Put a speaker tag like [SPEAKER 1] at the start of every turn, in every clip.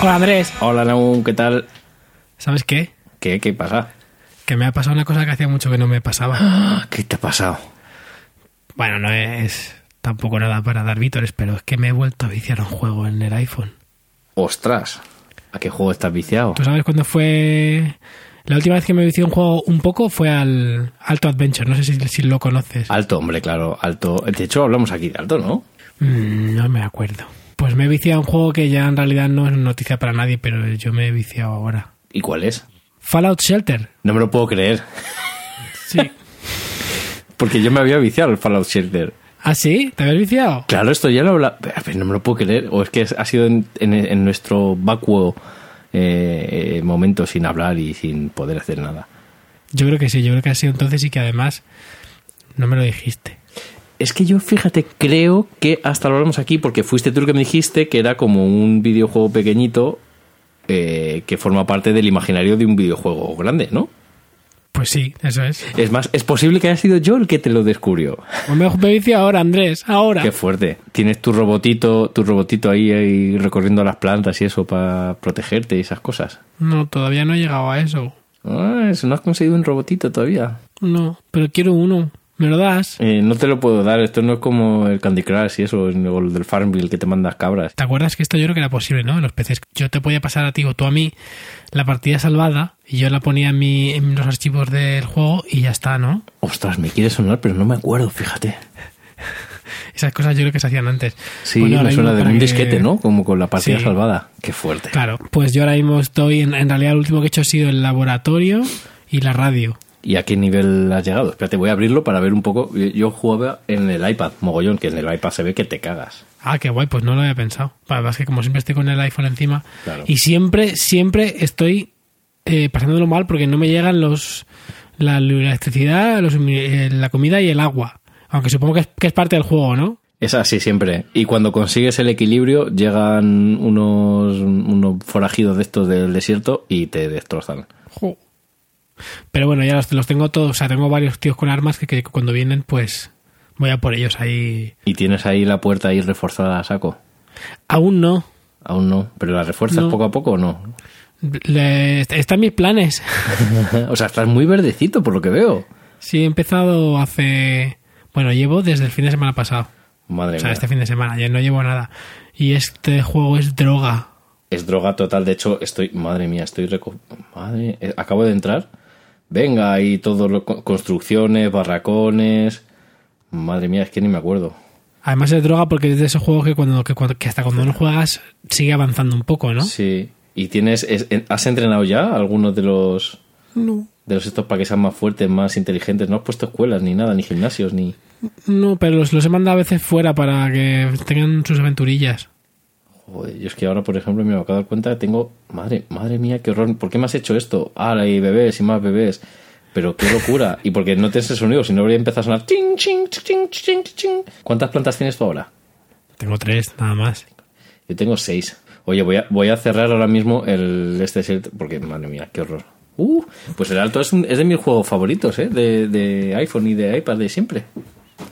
[SPEAKER 1] Hola Andrés,
[SPEAKER 2] Hola, Nau, ¿qué tal?
[SPEAKER 1] ¿sabes qué?
[SPEAKER 2] ¿Qué, qué pasa?
[SPEAKER 1] Que me ha pasado una cosa que hacía mucho que no me pasaba.
[SPEAKER 2] Ah, ¿Qué te ha pasado?
[SPEAKER 1] Bueno, no es tampoco nada para dar vítores, pero es que me he vuelto a viciar a un juego en el iPhone.
[SPEAKER 2] Ostras, ¿a qué juego estás viciado?
[SPEAKER 1] ¿Tú sabes cuándo fue...? La última vez que me vicié un juego un poco fue al Alto Adventure, no sé si, si lo conoces.
[SPEAKER 2] Alto, hombre, claro, alto. De hecho, hablamos aquí de alto, ¿no?
[SPEAKER 1] Mm, no me acuerdo. Pues me he viciado a un juego que ya en realidad no es noticia para nadie, pero yo me he viciado ahora.
[SPEAKER 2] ¿Y cuál es?
[SPEAKER 1] Fallout Shelter.
[SPEAKER 2] No me lo puedo creer,
[SPEAKER 1] Sí.
[SPEAKER 2] porque yo me había viciado al Fallout Shelter.
[SPEAKER 1] ¿Ah, sí? ¿Te habías viciado?
[SPEAKER 2] Claro, esto ya lo habla. A ver, no me lo puedo creer. O es que ha sido en, en- en nuestro vacuo eh, eh, momento sin hablar y sin poder hacer nada.
[SPEAKER 1] Yo creo que sí, yo creo que ha sido entonces y que además no me lo dijiste.
[SPEAKER 2] Es que yo, fíjate, creo que hasta lo hablamos aquí porque fuiste tú el que me dijiste que era como un videojuego pequeñito eh, que forma parte del imaginario de un videojuego grande, ¿no?
[SPEAKER 1] Pues sí, eso es.
[SPEAKER 2] Es más, es posible que haya sido yo el que te lo descubrió.
[SPEAKER 1] O me me vicio ahora, Andrés, ahora.
[SPEAKER 2] Qué fuerte. Tienes tu robotito, tu robotito ahí, ahí recorriendo las plantas y eso para protegerte y esas cosas.
[SPEAKER 1] No, todavía no he llegado a eso.
[SPEAKER 2] Ah, eso, no has conseguido un robotito todavía.
[SPEAKER 1] No, pero quiero uno. ¿Me lo das?
[SPEAKER 2] Eh, no te lo puedo dar, esto no es como el Candy Crush y eso, o el del Farmville que te mandas cabras.
[SPEAKER 1] ¿Te acuerdas que esto yo creo que era posible, ¿no? En los PCs. Yo te podía pasar a ti o tú a mí la partida salvada y yo la ponía en, mi- en los archivos del juego y ya está, ¿no?
[SPEAKER 2] Ostras, me quiere sonar, pero no me acuerdo, fíjate.
[SPEAKER 1] Esas cosas yo creo que se hacían antes.
[SPEAKER 2] Sí,
[SPEAKER 1] Bueno, ahora
[SPEAKER 2] me suena
[SPEAKER 1] mismo
[SPEAKER 2] de
[SPEAKER 1] para
[SPEAKER 2] un
[SPEAKER 1] que-
[SPEAKER 2] disquete, ¿no? Como con la partida
[SPEAKER 1] Sí.
[SPEAKER 2] salvada. Qué fuerte.
[SPEAKER 1] Claro, pues yo ahora mismo estoy, en, en realidad lo último que he hecho ha sido el laboratorio y la radio.
[SPEAKER 2] ¿Y a qué nivel has llegado? Espérate, voy a abrirlo para ver un poco. Yo jugaba en el iPad, mogollón, que en el iPad se ve que te cagas.
[SPEAKER 1] Ah, qué guay, pues no lo había pensado. Además que como siempre estoy con el iPhone encima
[SPEAKER 2] Claro.
[SPEAKER 1] y siempre, siempre estoy eh, pasándolo mal porque no me llegan los la electricidad, los sumi- eh, la comida y el agua. Aunque supongo que es, que es parte del juego, ¿no?
[SPEAKER 2] Es así siempre. Y cuando consigues el equilibrio, llegan unos, unos forajidos de estos del desierto y te destrozan.
[SPEAKER 1] Jo. Pero bueno, ya los, los tengo todos, o sea, tengo varios tíos con armas que, que cuando vienen pues voy a por ellos ahí.
[SPEAKER 2] Y tienes ahí la puerta ahí reforzada a saco.
[SPEAKER 1] Aún no.
[SPEAKER 2] Aún no. ¿Pero la refuerzas
[SPEAKER 1] No.
[SPEAKER 2] poco a poco o no?
[SPEAKER 1] Le- est- están mis planes.
[SPEAKER 2] o sea, estás muy verdecito por lo que veo.
[SPEAKER 1] sí, he empezado hace... Bueno, llevo desde el fin de semana pasado.
[SPEAKER 2] Madre
[SPEAKER 1] O sea,
[SPEAKER 2] mía.
[SPEAKER 1] este fin de semana, ya no llevo nada. Y este juego es droga.
[SPEAKER 2] Es droga total. De hecho, estoy. Madre mía, estoy. reco- Madre. eh, Acabo de entrar. Venga, ahí todo lo... co- construcciones, barracones. Madre mía, es que ni me acuerdo.
[SPEAKER 1] Además es droga porque es de esos juegos que cuando, que, cuando- que hasta cuando no juegas sigue avanzando un poco, ¿no?
[SPEAKER 2] Sí. ¿Y tienes. es- en- ¿Has entrenado ya algunos de los.
[SPEAKER 1] No.
[SPEAKER 2] De los estos para que sean más fuertes, más inteligentes? No has puesto escuelas, ni nada, ni gimnasios, ni.
[SPEAKER 1] No, pero los, los he mandado a veces fuera para que tengan sus aventurillas.
[SPEAKER 2] Joder, yo es que ahora, por ejemplo, me acabo de dar cuenta que tengo. Madre, madre mía, qué horror. ¿Por qué me has hecho esto? Ahora hay bebés y más bebés. Pero qué locura. y porque no tienes el sonido, si no habría empezado a sonar. Ching, ching, ching, ching, ching. ¿Cuántas plantas tienes tú ahora?
[SPEAKER 1] Tengo tres, nada más.
[SPEAKER 2] Yo tengo seis. Oye, voy a, voy a cerrar ahora mismo el este set porque, madre mía, qué horror. Uh, pues el alto es, un- es de mis juegos favoritos, ¿eh? De, de iPhone y de iPad de siempre.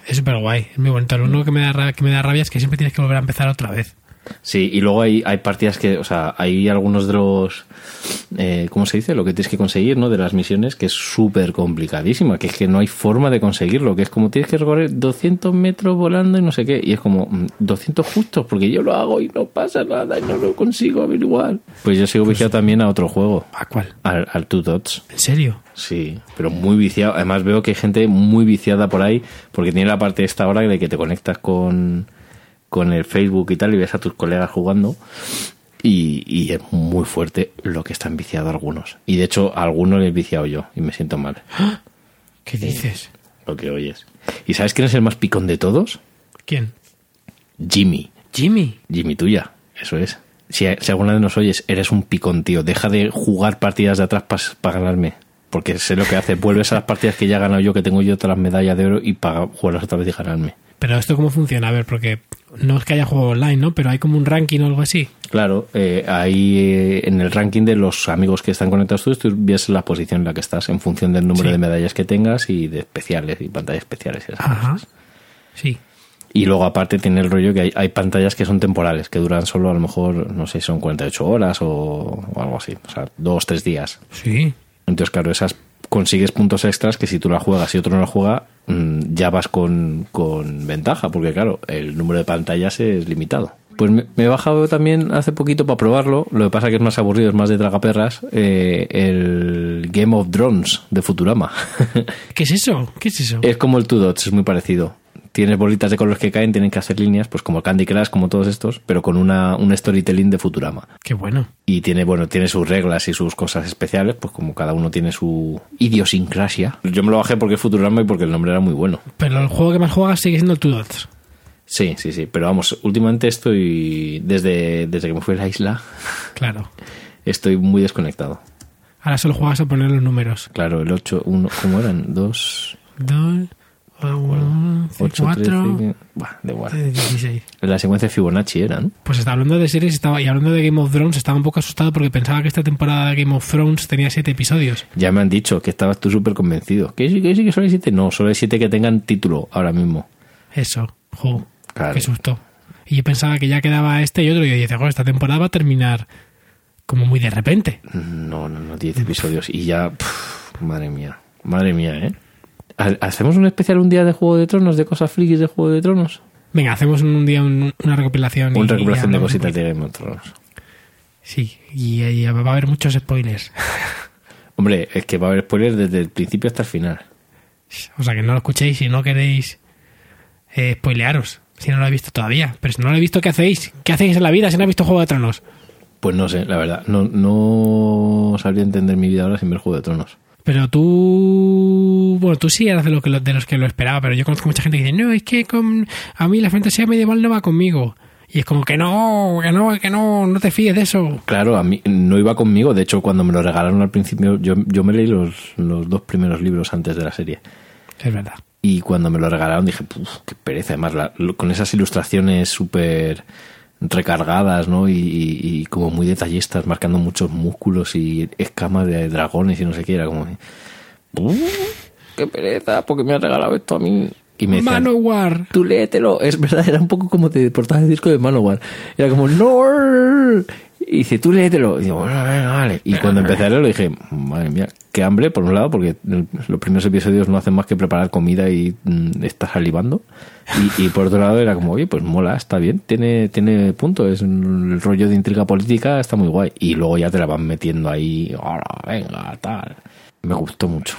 [SPEAKER 1] Es súper guay, es muy bonito. Lo único que me, da rabia, que me da rabia es que siempre tienes que volver a empezar otra vez.
[SPEAKER 2] Sí, y luego hay, hay partidas que, o sea, hay algunos de los, eh, ¿cómo se dice? Lo que tienes que conseguir, ¿no? De las misiones que es súper complicadísima, que es que no hay forma de conseguirlo, que es como tienes que recorrer 200 metros volando y no sé qué, y es como mm, 200 justos, porque yo lo hago y no pasa nada y no lo consigo averiguar. Pues yo sigo viciado también a otro juego,
[SPEAKER 1] ¿A cuál?
[SPEAKER 2] al, al Two Dots.
[SPEAKER 1] ¿En serio?
[SPEAKER 2] Sí, pero muy viciado. Además veo que hay gente muy viciada por ahí, porque tiene la parte esta hora de que te conectas con, con el Facebook y tal y ves a tus colegas jugando. Y, y es muy fuerte lo que están viciados algunos. Y de hecho, a algunos les he viciado yo y me siento mal
[SPEAKER 1] ¿Qué dices?
[SPEAKER 2] lo que oyes. ¿Y sabes quién es el más picón de todos?
[SPEAKER 1] ¿Quién?
[SPEAKER 2] Jimmy.
[SPEAKER 1] Jimmy.
[SPEAKER 2] Jimmy tuya, eso es. Si, si alguna vez nos oyes, eres un picón, tío. Deja de jugar partidas de atrás para ganarme. Porque sé lo que haces. Vuelves a las partidas que ya he ganado yo, que tengo yo todas las medallas de oro, y para jugarlas otra vez y ganarme.
[SPEAKER 1] Pero esto cómo funciona, a ver, porque no es que haya juego online, ¿no? Pero hay como un ranking o algo así.
[SPEAKER 2] Claro, eh, ahí eh, en el ranking de los amigos que están conectados tú, tú ves la posición en la que estás en función del número
[SPEAKER 1] Sí.
[SPEAKER 2] de medallas que tengas y de especiales y pantallas especiales. y esas
[SPEAKER 1] Ajá.
[SPEAKER 2] cosas.
[SPEAKER 1] Sí.
[SPEAKER 2] Y luego aparte tiene el rollo que hay, hay pantallas que son temporales, que duran solo a lo mejor, no sé, son 48 horas o, o algo así, o sea, dos, tres días.
[SPEAKER 1] Sí.
[SPEAKER 2] Entonces, claro, esas consigues puntos extras que si tú la juegas y otro no la juega, mm, ya vas con, con ventaja, porque claro, el número de pantallas es limitado. Pues me, me he bajado también hace poquito para probarlo, lo que pasa que es más aburrido, es más de tragaperras, eh, el Game of Drones de Futurama.
[SPEAKER 1] ¿Qué es eso? ¿Qué es eso?
[SPEAKER 2] Es como el Two Dots, es muy parecido. Tienes bolitas de colores que caen, tienen que hacer líneas, pues como Candy Crush, como todos estos, pero con una, un storytelling de Futurama.
[SPEAKER 1] Qué bueno.
[SPEAKER 2] Y tiene, bueno, tiene sus reglas y sus cosas especiales, pues como cada uno tiene su idiosincrasia. Yo me lo bajé porque es Futurama y porque el nombre era muy bueno.
[SPEAKER 1] Pero el juego que más juegas sigue siendo el Two Dots.
[SPEAKER 2] Sí, sí, sí. Pero vamos, últimamente estoy, desde, desde que me fui a la isla,
[SPEAKER 1] Claro.
[SPEAKER 2] estoy muy desconectado.
[SPEAKER 1] Ahora solo juegas a poner los números.
[SPEAKER 2] Claro, el 8, 1, ¿cómo eran? 2,
[SPEAKER 1] Dos, ah, bueno,
[SPEAKER 2] 8, 13,
[SPEAKER 1] cuatro,
[SPEAKER 2] Buah, da igual.
[SPEAKER 1] eh, 16.
[SPEAKER 2] La secuencia de Fibonacci era, ¿no?
[SPEAKER 1] Pues está hablando de series estaba, y hablando de Game of Thrones, estaba un poco asustado porque pensaba que esta temporada de Game of Thrones tenía siete episodios.
[SPEAKER 2] Ya me han dicho que estabas tú súper convencido. ¿Que sí, que sí, que solo hay siete? No, solo hay siete que tengan título ahora mismo.
[SPEAKER 1] Eso, jo,
[SPEAKER 2] Claro.
[SPEAKER 1] qué susto. Y yo pensaba que ya quedaba este y otro. Y yo decía, jo, esta temporada va a terminar como muy de repente.
[SPEAKER 2] No, no, no, diez episodios. Y ya, pf, madre mía, madre mía, ¿eh? ¿Ha- ¿Hacemos un especial un día de Juego de Tronos, de cosas frikis de Juego de Tronos?
[SPEAKER 1] Venga, hacemos un, un día un- una recopilación. y-
[SPEAKER 2] Una
[SPEAKER 1] y
[SPEAKER 2] recopilación de
[SPEAKER 1] hablamos un
[SPEAKER 2] cositas
[SPEAKER 1] poquito.
[SPEAKER 2] de Game of Thrones.
[SPEAKER 1] Sí, y, y va a haber muchos spoilers.
[SPEAKER 2] Hombre, es que va a haber spoilers desde el principio hasta el final.
[SPEAKER 1] O sea, que no lo escuchéis si no queréis eh, spoilearos. Si no lo he visto todavía. Pero si no lo he visto, ¿qué hacéis? ¿Qué hacéis en la vida si no habéis visto Juego de Tronos?
[SPEAKER 2] Pues no sé, la verdad, no, no sabría entender mi vida ahora sin ver Juego de Tronos.
[SPEAKER 1] Pero tú. Bueno, tú sí eras de, lo que, lo- de los que lo esperaba, pero yo conozco mucha gente que dice: No, es que con, a mí la fantasía medieval no va conmigo. Y es como que no, que no, que no, no te fíes de eso.
[SPEAKER 2] Claro, a mí no iba conmigo. De hecho, cuando me lo regalaron al principio, yo, yo me leí los, los dos primeros libros antes de la serie.
[SPEAKER 1] Es verdad.
[SPEAKER 2] Y cuando me lo regalaron dije, "Puf, qué pereza. Además, la- lo- con esas ilustraciones súper recargadas, ¿no? Y, y- y como muy detallistas, marcando muchos músculos y escamas de dragones y no sé qué. Era como, "Uf, qué pereza, porque me han regalado esto a mí. Y me decían,
[SPEAKER 1] Manowar.
[SPEAKER 2] tú léetelo. Es verdad, era un poco como te portadas de disco de Manowar. Era como, no. Y dice, tú léetelo. Y digo, bueno, venga, vale. Y cuando empecé a leerlo dije, madre mía, qué hambre, por un lado, porque el- los primeros episodios no hacen más que preparar comida y mm, estás salivando. Y, y por otro lado era como, oye, pues mola, está bien, tiene, tiene punto, es un el rollo de intriga política, está muy guay. Y luego ya te la van metiendo ahí, ahora, venga, tal. Me gustó mucho.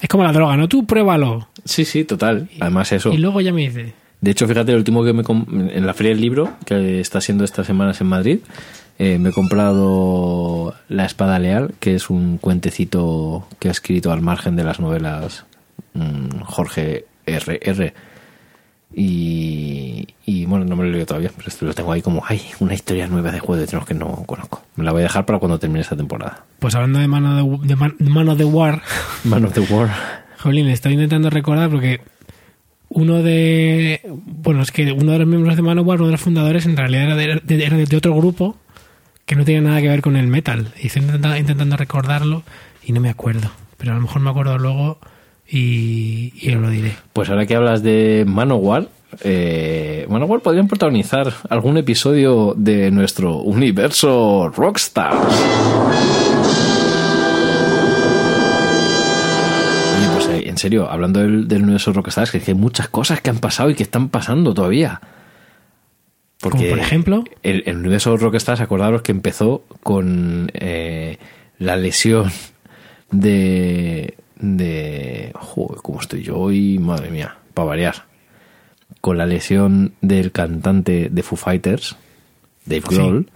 [SPEAKER 1] Es como la droga, ¿no? Tú pruébalo.
[SPEAKER 2] Sí, sí, total. Además eso.
[SPEAKER 1] Y luego ya me dice:
[SPEAKER 2] De hecho, fíjate, el último que me com- en la feria del libro, que está siendo estas semanas en Madrid, eh, me he comprado La Espada Leal, que es un cuentecito que ha escrito al margen de las novelas mm, Jorge R.R. Y, y, bueno, no me lo he leído todavía, pero esto lo tengo ahí como, ay, una historia nueva de Juego de Tronos que no conozco. Me la voy a dejar para cuando termine esta temporada.
[SPEAKER 1] Pues hablando de mano de, de, Man- Man of the War.
[SPEAKER 2] Man of the War.
[SPEAKER 1] Jolín, estoy intentando recordar porque uno de. Bueno, es que uno de los miembros de Manowar, uno de los fundadores, en realidad era de, de- era de otro grupo que no tenía nada que ver con el metal. Y estoy intenta- intentando recordarlo y no me acuerdo. Pero a lo mejor me acuerdo luego y, y os lo diré.
[SPEAKER 2] Pues ahora que hablas de Manowar, eh, Manowar podrían protagonizar algún episodio de nuestro universo Rockstars. Oye, pues eh, en serio, hablando del, del universo Rockstars, que es que hay muchas cosas que han pasado y que están pasando todavía.
[SPEAKER 1] Como por ejemplo,
[SPEAKER 2] El, el universo Rockstars, acordaros que empezó con eh, la lesión de. de. Joder, ¿cómo estoy yo hoy? Madre mía, para variar. Con la lesión del cantante de Foo Fighters, Dave Grohl,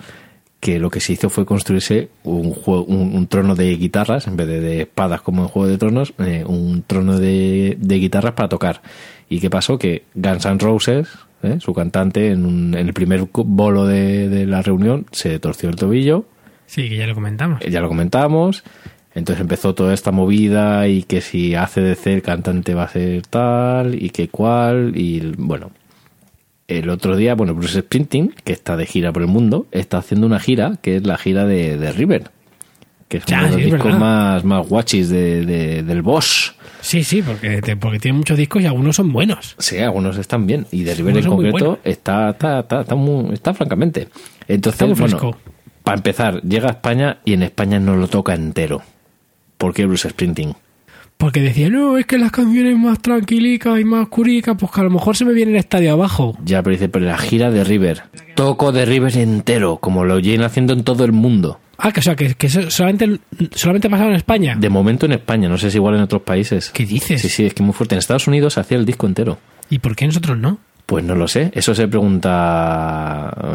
[SPEAKER 2] que lo que se hizo fue construirse un, juego, un, un trono de guitarras, en vez de, de espadas como en Juego de Tronos, eh, un trono de, de guitarras para tocar. ¿Y qué pasó? Que Guns N' Roses, eh, su cantante, en, un- en el primer co- bolo de, de la reunión, se torció el tobillo,
[SPEAKER 1] sí, que ya lo comentamos.
[SPEAKER 2] eh, ya lo comentábamos, entonces empezó toda esta movida y que si ACDC el cantante va a ser tal y que cual, y bueno, el otro día, bueno, Bruce Sprinting, que está de gira por el mundo, está haciendo una gira que es la gira de, de River. que es
[SPEAKER 1] Ya,
[SPEAKER 2] uno de los
[SPEAKER 1] sí, es
[SPEAKER 2] discos
[SPEAKER 1] verdad.
[SPEAKER 2] más, más guachis de- de- del boss.
[SPEAKER 1] Sí, sí, porque, te- porque tiene muchos discos y algunos son buenos.
[SPEAKER 2] Sí, algunos están bien. Y de River
[SPEAKER 1] Algunos
[SPEAKER 2] en
[SPEAKER 1] son muy
[SPEAKER 2] concreto está, está, está, está, muy- está francamente. Entonces,
[SPEAKER 1] Está muy
[SPEAKER 2] bueno,
[SPEAKER 1] fresco.
[SPEAKER 2] para empezar, llega a España y en España no lo toca entero. Porque qué Blues Sprinting?
[SPEAKER 1] Porque decía, no, es que las canciones más tranquilicas y más oscuricas, pues que a lo mejor se me viene el estadio abajo.
[SPEAKER 2] Ya, pero dice, pero la gira de River. Toco de River entero, como lo llevan haciendo en todo el mundo.
[SPEAKER 1] Ah, que, o sea, que, que eso solamente, solamente pasaba en España.
[SPEAKER 2] De momento en España, no sé si igual en otros países.
[SPEAKER 1] ¿Qué dices?
[SPEAKER 2] Sí, sí, es que muy fuerte. En Estados Unidos se hacía el disco entero.
[SPEAKER 1] ¿Y por qué nosotros no?
[SPEAKER 2] Pues no lo sé. Eso se pregunta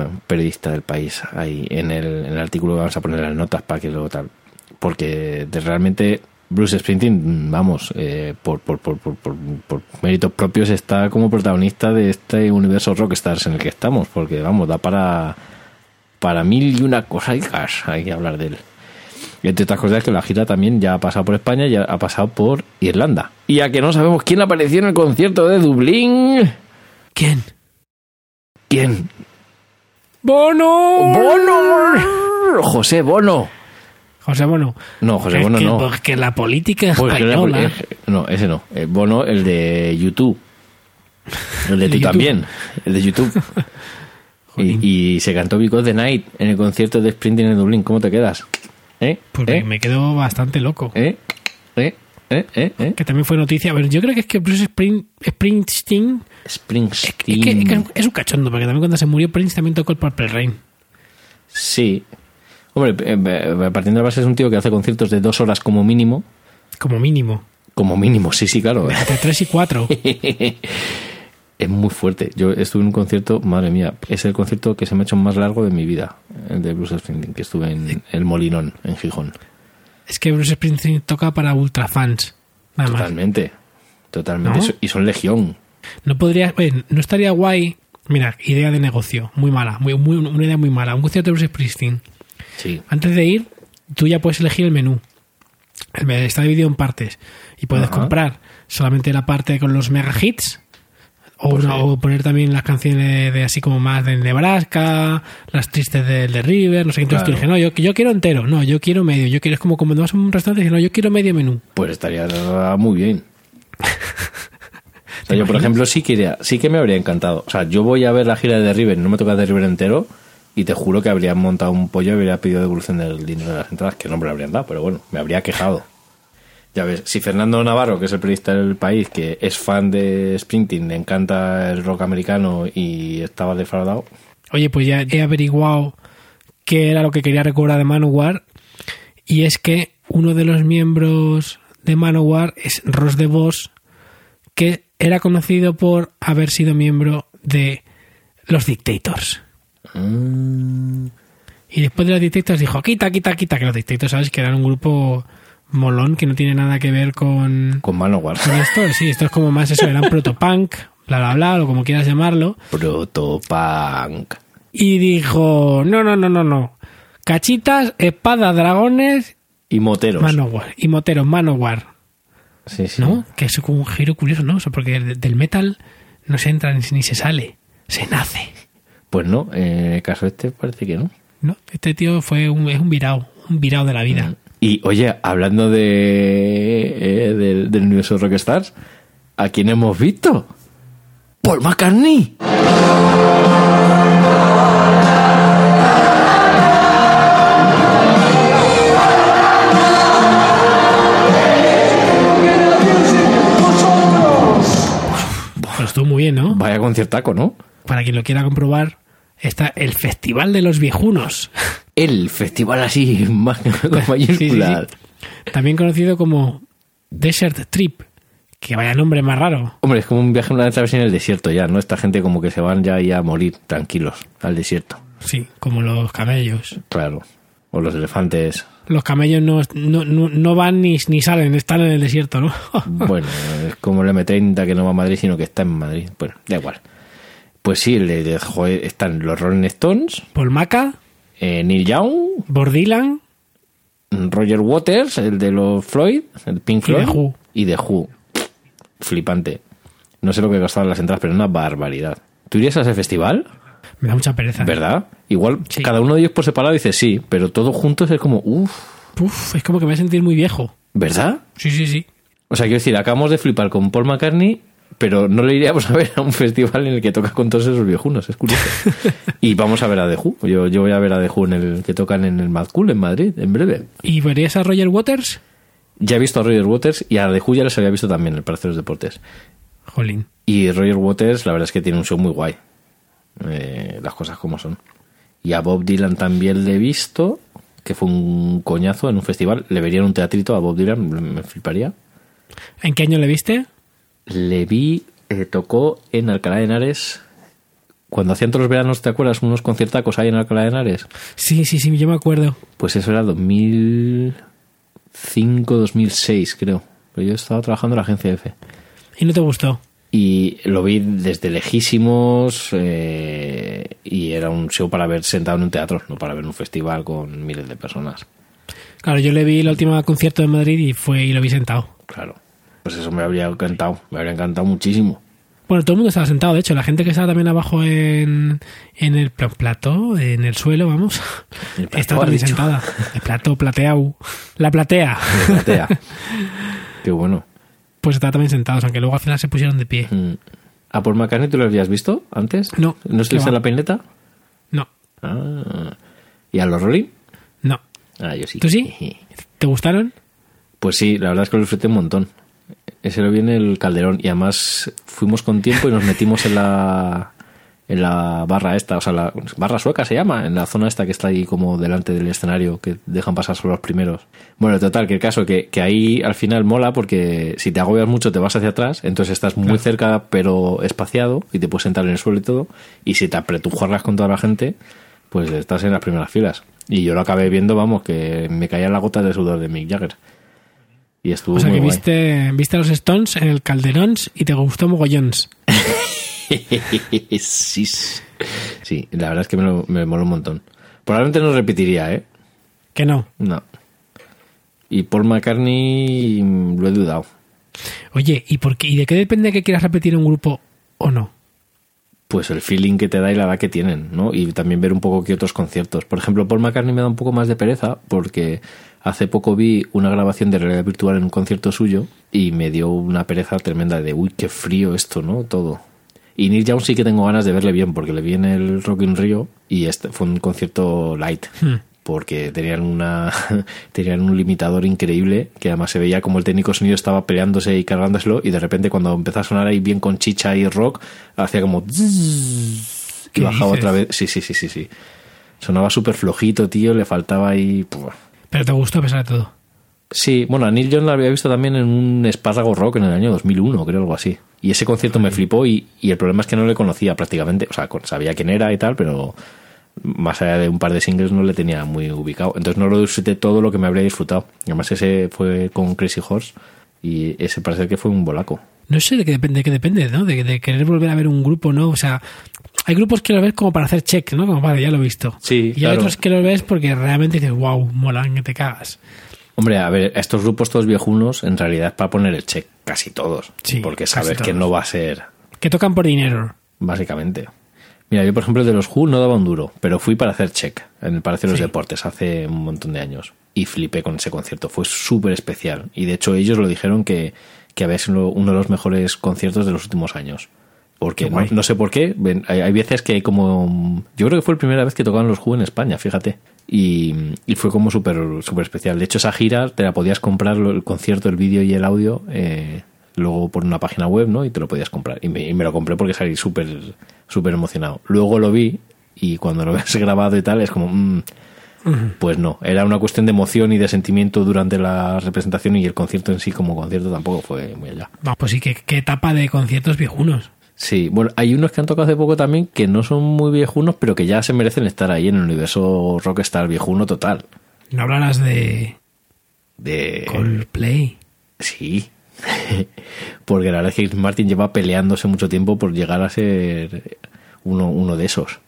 [SPEAKER 2] eh, un periodista del país ahí en el, en el artículo que vamos a poner en las notas para que luego tal. Porque de- realmente Bruce Springsteen, mm, vamos, eh, por, por, por, por, por- por méritos propios está como protagonista de este universo rockstars en el que estamos. Porque vamos, da para, para mil y una cosas hay que hablar de él. Entre otras cosas que la gira también ya ha pasado por España y ya ha pasado por Irlanda. Y a que no sabemos quién apareció en el concierto de Dublín.
[SPEAKER 1] ¿Quién?
[SPEAKER 2] ¿Quién?
[SPEAKER 1] ¡Bono!
[SPEAKER 2] ¡Bono! José Bono.
[SPEAKER 1] José Bono.
[SPEAKER 2] No, José
[SPEAKER 1] Es
[SPEAKER 2] Bono
[SPEAKER 1] que-
[SPEAKER 2] no.
[SPEAKER 1] Porque la política
[SPEAKER 2] Pues que era-
[SPEAKER 1] española...
[SPEAKER 2] eh, no, ese no. Eh, Bono, el de YouTube. El de
[SPEAKER 1] El
[SPEAKER 2] tú
[SPEAKER 1] de
[SPEAKER 2] también. El de YouTube. y, y se cantó Because the Night en el concierto de Sprinting en Dublín. ¿Cómo te quedas? ¿Eh?
[SPEAKER 1] Pues me-
[SPEAKER 2] ¿Eh?
[SPEAKER 1] me quedo bastante loco.
[SPEAKER 2] ¿Eh? ¿Eh? ¿Eh? ¿Eh? ¿Eh?
[SPEAKER 1] Que también fue noticia. A ver, yo creo que es que Bruce Spring, Springsteen... Es
[SPEAKER 2] Springsteen.
[SPEAKER 1] que, es que es un cachondo, porque también cuando se murió Prince también tocó el Purple Rain.
[SPEAKER 2] Sí. Hombre, eh, eh, partiendo de la base es un tío que hace conciertos de dos horas como mínimo.
[SPEAKER 1] Como mínimo.
[SPEAKER 2] Como mínimo, sí, sí, claro.
[SPEAKER 1] Entre 3 y 4.
[SPEAKER 2] Es muy fuerte. Yo estuve en un concierto, madre mía, es el concierto que se me ha hecho más largo de mi vida, el de Bruce Springsteen, que estuve en el Molinón, en Gijón.
[SPEAKER 1] Es que Bruce Springsteen toca para ultrafans. Nada más.
[SPEAKER 2] Totalmente, totalmente.
[SPEAKER 1] Ah, ¿No?
[SPEAKER 2] So- Y son legión.
[SPEAKER 1] No podría, oye, no estaría guay. Mira, idea de negocio, muy mala, muy, muy- una idea muy mala. Un concierto de Bruce Springsteen.
[SPEAKER 2] Sí.
[SPEAKER 1] Antes de ir, tú ya puedes elegir el menú. El menú está dividido en partes y puedes
[SPEAKER 2] Ajá.
[SPEAKER 1] comprar solamente la parte con los mega hits o,
[SPEAKER 2] Pues
[SPEAKER 1] una-
[SPEAKER 2] sí.
[SPEAKER 1] o poner también las canciones de así como más de Nebraska, las tristes del de River, no sé qué. Entonces tú
[SPEAKER 2] Claro.
[SPEAKER 1] dije, no, yo, yo quiero entero, no, yo quiero medio, yo quiero es como cuando vas a un restaurante y dices, no, yo quiero medio menú.
[SPEAKER 2] Pues estaría muy bien. O sea, yo, por ejemplo, sí, quería, sí que me habría encantado. O sea, yo voy a ver la gira de River, no me toca de River entero, y te juro que habrían montado un pollo y habría pedido devolución del dinero de las entradas, que no me lo habrían dado, pero bueno, me habría quejado. Ya ves, si Fernando Navarro, que es el periodista del país, que es fan de Sprinting, le encanta el rock americano y estaba defraudado,
[SPEAKER 1] Oye, pues ya he averiguado qué era lo que quería recobrar de Manowar. Y es que uno de los miembros de Manowar es Ross de Vos, que era conocido por haber sido miembro de los Dictators. Y después de los Dictators dijo, quita, quita, quita, que los Dictators, ¿sabes? Que eran un grupo molón que no tiene nada que ver con,
[SPEAKER 2] con Manowar.
[SPEAKER 1] con esto. Sí, esto es como más eso, eran protopunk, bla, bla, bla, o como quieras llamarlo.
[SPEAKER 2] Protopunk.
[SPEAKER 1] y dijo, no, no, no, no, no. Cachitas, espada, dragones,
[SPEAKER 2] Y moteros.
[SPEAKER 1] Manowar. Y moteros, Manowar.
[SPEAKER 2] Sí, sí.
[SPEAKER 1] ¿No? Que es como un giro curioso, ¿no? O sea, porque de- del metal no se entra ni, ni se sale. Se nace.
[SPEAKER 2] Pues no, en el caso este parece que no.
[SPEAKER 1] ¿No? Este tío fue un, es un virao. Un virao de la vida.
[SPEAKER 2] Y oye, hablando de eh, del, del universo Rockstars, ¿a quién hemos visto? Paul McCartney.
[SPEAKER 1] Pero estuvo muy bien, ¿no?
[SPEAKER 2] Vaya conciertaco, ¿no?
[SPEAKER 1] Para quien lo quiera comprobar, está el Festival de los Viejunos.
[SPEAKER 2] El festival así ma- con
[SPEAKER 1] Sí, sí,
[SPEAKER 2] mayúsculas.
[SPEAKER 1] sí. También conocido como Desert Trip. Que vaya nombre más raro.
[SPEAKER 2] Hombre, es como un viaje una travesía en el desierto ya, ¿no? Esta gente como que se van ya ahí a morir tranquilos al desierto.
[SPEAKER 1] Sí, como los camellos.
[SPEAKER 2] Claro. O los elefantes.
[SPEAKER 1] los camellos no, no, no- no van ni, ni salen, están en el desierto, ¿no?
[SPEAKER 2] Bueno, es como el M30 que no va a Madrid, sino que está en Madrid. Bueno, da igual. Pues sí, le, le- joder, están los Rolling Stones,
[SPEAKER 1] Polmaca,
[SPEAKER 2] eh, Neil Young,
[SPEAKER 1] Bordilan,
[SPEAKER 2] Roger Waters, el de los Floyd, el Pink
[SPEAKER 1] Y
[SPEAKER 2] Floyd.
[SPEAKER 1] The Who.
[SPEAKER 2] y The Who. Flipante. No sé lo que costaban las entradas, pero una barbaridad. ¿Tú irías a ese festival?
[SPEAKER 1] me da mucha pereza.
[SPEAKER 2] ¿Verdad? Igual
[SPEAKER 1] Sí.
[SPEAKER 2] cada uno de ellos por separado dice sí, pero todos juntos es como, uff,
[SPEAKER 1] Uf, es como que me voy a sentir muy viejo.
[SPEAKER 2] ¿Verdad?
[SPEAKER 1] Sí, sí, sí.
[SPEAKER 2] O sea, quiero decir, acabamos de flipar con Paul McCartney, pero no le iríamos a ver a un festival en el que toca con todos esos viejunos, es curioso. y vamos a ver a The Who. Yo, yo voy a ver a The Who en el que tocan en el Mad Cool en Madrid, en breve.
[SPEAKER 1] ¿Y verías a Roger Waters?
[SPEAKER 2] Ya he visto a Roger Waters y a The Who ya les había visto también en el Palacio de los Deportes.
[SPEAKER 1] Jolín.
[SPEAKER 2] Y Roger Waters, la verdad es que tiene un show muy guay. Eh, las cosas como son. Y a Bob Dylan también le he visto, que fue un coñazo en un festival. Le vería en un teatrito a Bob Dylan, me- me fliparía.
[SPEAKER 1] ¿En qué año le viste?
[SPEAKER 2] Le vi, eh, tocó en Alcalá de Henares. Cuando hacían todos los veranos, ¿te acuerdas? Unos conciertacos ahí en Alcalá de Henares.
[SPEAKER 1] Sí, sí, sí, yo me acuerdo.
[SPEAKER 2] Pues eso era 2005, 2006, creo. Pero yo estaba trabajando en la agencia F.
[SPEAKER 1] ¿Y no te gustó?
[SPEAKER 2] Y lo vi desde lejísimos eh, y era un show para ver sentado en un teatro, no para ver un festival con miles de personas.
[SPEAKER 1] Claro, yo le vi el último concierto de Madrid y fue y lo vi sentado.
[SPEAKER 2] Claro. Pues eso me habría encantado, me habría encantado muchísimo.
[SPEAKER 1] Bueno, todo el mundo estaba sentado, de hecho, la gente que estaba también abajo en, en el pla- plató, en el suelo, vamos,
[SPEAKER 2] El plató,
[SPEAKER 1] estaba
[SPEAKER 2] has
[SPEAKER 1] también
[SPEAKER 2] dicho.
[SPEAKER 1] sentada. El plató, plateau, la platea,
[SPEAKER 2] Me platea. Qué bueno.
[SPEAKER 1] pues estaba también sentados, aunque luego al final se pusieron de pie.
[SPEAKER 2] Mm. ¿A Paul McCartney tú lo habías visto antes?
[SPEAKER 1] No.
[SPEAKER 2] ¿No
[SPEAKER 1] ¿Qué
[SPEAKER 2] estuviste
[SPEAKER 1] va?
[SPEAKER 2] en la peineta?
[SPEAKER 1] No,
[SPEAKER 2] Ah. ¿Y a los Rolling?
[SPEAKER 1] no.
[SPEAKER 2] Ah, yo sí.
[SPEAKER 1] ¿Tú sí? ¿Te gustaron?
[SPEAKER 2] Pues sí, la verdad es que lo disfruté un montón. Ese lo viene el Calderón y además fuimos con tiempo y nos metimos en la en la barra esta, o sea, la barra sueca se llama, en la zona esta que está ahí como delante del escenario que dejan pasar solo los primeros. Bueno, total, que el caso que, que ahí al final mola porque si te agobias mucho te vas hacia atrás, entonces estás muy cerca pero espaciado y te puedes sentar en el suelo y todo, y si te apretujarlas con toda la gente, pues estás en las primeras filas. Y yo lo acabé viendo, vamos, que me caía la gota de sudor de Mick Jagger. Y estuvo
[SPEAKER 1] o sea,
[SPEAKER 2] muy
[SPEAKER 1] que
[SPEAKER 2] guay.
[SPEAKER 1] viste, viste a los Stones en el Calderón y te gustó mogollons.
[SPEAKER 2] sí, sí, la verdad es que me, lo, me moló un montón. Probablemente no repetiría, ¿eh?
[SPEAKER 1] Que no.
[SPEAKER 2] No. Y Paul McCartney mm, lo he dudado.
[SPEAKER 1] Oye, ¿y, por qué, ¿y de qué depende que quieras repetir un grupo o no?
[SPEAKER 2] Pues el feeling que te da y la edad que tienen, ¿no? Y también ver un poco qué otros conciertos. Por ejemplo, Paul McCartney me da un poco más de pereza porque hace poco vi una grabación de realidad virtual en un concierto suyo y me dio una pereza tremenda de, uy, qué frío esto, ¿no? Todo. Y Neil Young sí que tengo ganas de verle bien porque le vi en el Rock in Rio y este fue un concierto light.
[SPEAKER 1] Hmm.
[SPEAKER 2] Porque tenían, una, tenían un limitador increíble que además se veía como el técnico de sonido estaba peleándose y cargándoselo y de repente cuando empezó a sonar ahí bien con chicha y rock hacía como
[SPEAKER 1] ¿Qué
[SPEAKER 2] y bajaba
[SPEAKER 1] dices?
[SPEAKER 2] otra vez. Sí, sí, sí, sí, sí. Sonaba súper flojito, tío. Le faltaba ahí. Puf.
[SPEAKER 1] Pero te gustó a pesar de todo.
[SPEAKER 2] Sí, bueno, a Neil Young lo había visto también en un espárrago rock en el año 2001, creo, algo así. Y ese concierto me flipó y, y el problema es que no le conocía prácticamente. O sea, con- sabía quién era y tal, pero más allá de un par de singles no le tenía muy ubicado. Entonces no lo disfruté todo lo que me habría disfrutado. Y Además ese fue con Crazy Horse y ese parece que fue un bolaco.
[SPEAKER 1] No sé de qué depende, de qué depende, ¿no? De, de querer volver a ver un grupo, ¿no? O sea, hay grupos que lo ves como para hacer check, ¿no? Como, vale, ya lo he visto.
[SPEAKER 2] Sí,
[SPEAKER 1] Y hay
[SPEAKER 2] claro.
[SPEAKER 1] otros que lo ves porque realmente dices, wow, molan que te cagas.
[SPEAKER 2] Hombre, a ver, a estos grupos todos viejunos, en realidad es para poner el check, casi todos.
[SPEAKER 1] Sí,
[SPEAKER 2] porque
[SPEAKER 1] casi
[SPEAKER 2] sabes que
[SPEAKER 1] todos.
[SPEAKER 2] no va a ser,
[SPEAKER 1] Que tocan por dinero.
[SPEAKER 2] básicamente. Mira, yo por ejemplo de los Who no daba un duro, pero fui para hacer check en el Palacio de los Deportes hace un montón de años y flipé con ese concierto, fue súper especial. Y de hecho ellos lo dijeron que, que había sido uno de los mejores conciertos de los últimos años. Porque no, no sé por qué, ven, hay, hay veces que hay como... Yo creo que fue la primera vez que tocaban los Who en España, fíjate. Y, y fue como súper súper especial. De hecho, esa gira te la podías comprar, lo- el concierto, el vídeo y el audio, eh, luego por una página web, ¿no? Y te lo podías comprar. Y me, y me lo compré porque salí súper súper emocionado. Luego lo vi y cuando lo ves grabado y tal, es como... mm, pues no, era una cuestión de emoción y de sentimiento durante la representación y el concierto en sí como concierto tampoco fue muy allá.
[SPEAKER 1] No, pues sí, que qué etapa de conciertos viejunos.
[SPEAKER 2] Sí, bueno, hay unos que han tocado hace poco también que no son muy viejunos, pero que ya se merecen estar ahí en el universo rockstar viejuno total.
[SPEAKER 1] No hablarás de
[SPEAKER 2] De...
[SPEAKER 1] Coldplay.
[SPEAKER 2] Sí. Porque la verdad es que Chris Martin lleva peleándose mucho tiempo por llegar a ser uno, uno de esos.